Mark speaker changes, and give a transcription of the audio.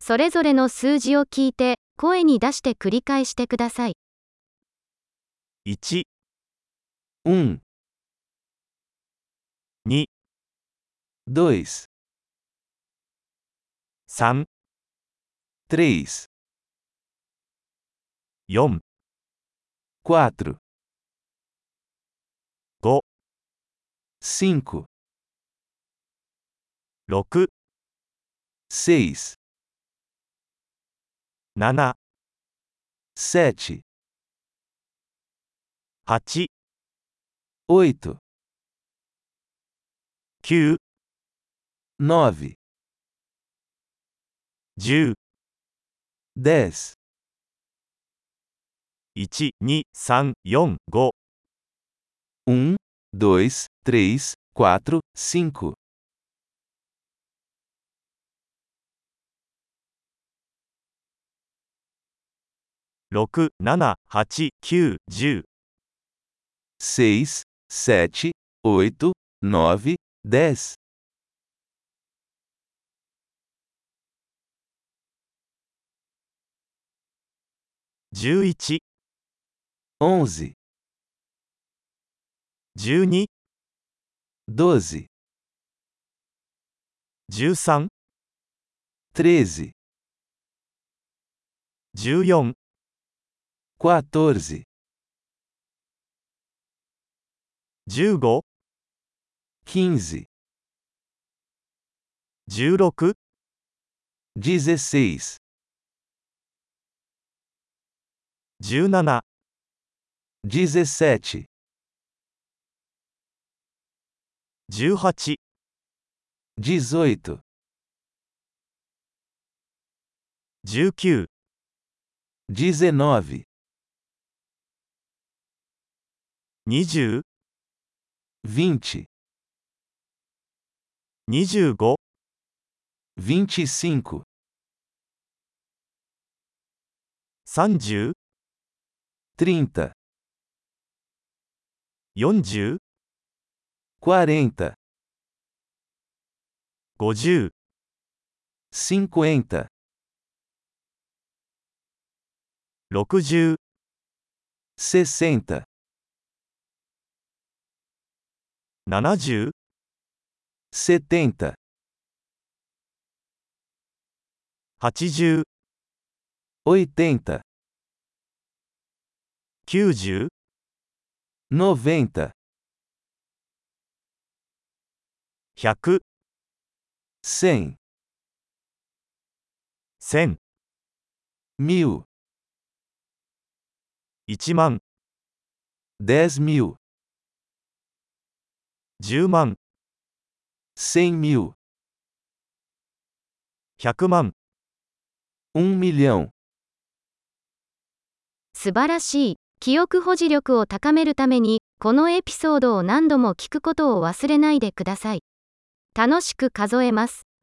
Speaker 1: それぞれの数字を聞いて、声に出して繰り返してください。
Speaker 2: 1、
Speaker 3: Um,
Speaker 2: 2、
Speaker 3: dois,
Speaker 2: 3、
Speaker 3: três,
Speaker 2: 4、
Speaker 3: quatro,
Speaker 2: 5、
Speaker 3: cinco,
Speaker 2: 6、
Speaker 3: seis,
Speaker 2: 7、
Speaker 3: sete,
Speaker 2: 8、
Speaker 3: oito,
Speaker 2: 9、
Speaker 3: nove,
Speaker 2: 10、
Speaker 3: dez,
Speaker 2: 1、2、3、4、5、
Speaker 3: um, dois, três, quatro, cinco,
Speaker 2: 6、7、8、9、10、
Speaker 3: seis, sete, oito, nove, dez,
Speaker 2: 11、
Speaker 3: onze,
Speaker 2: 12、
Speaker 3: doze,
Speaker 2: 13、
Speaker 3: treze,
Speaker 2: 14、
Speaker 3: quatorze,
Speaker 2: 15、
Speaker 3: quinze,
Speaker 2: 16、
Speaker 3: dezesseis,
Speaker 2: 17、
Speaker 3: dezessete,
Speaker 2: 18、
Speaker 3: dezoito,
Speaker 2: 19、
Speaker 3: dezenove,
Speaker 2: 20、
Speaker 3: vinte,
Speaker 2: 25、
Speaker 3: vinte e cinco,
Speaker 2: 30、
Speaker 3: trinta,
Speaker 2: 40、
Speaker 3: quarenta,
Speaker 2: 50、
Speaker 3: cinquenta,
Speaker 2: 60、
Speaker 3: sessenta,
Speaker 2: 70、
Speaker 3: setenta,
Speaker 2: 80、
Speaker 3: oitenta,
Speaker 2: 90、
Speaker 3: noventa,
Speaker 2: 100、
Speaker 3: cem,
Speaker 2: 1000、
Speaker 3: mil,
Speaker 2: 1万、
Speaker 3: dez mil,
Speaker 2: 10万、
Speaker 3: cem mil,
Speaker 2: 100万、
Speaker 3: um milhão.
Speaker 1: 素晴らしい。記憶保持力を高めるために、このエピソードを何度も聞くことを忘れないでください。楽しく数えます。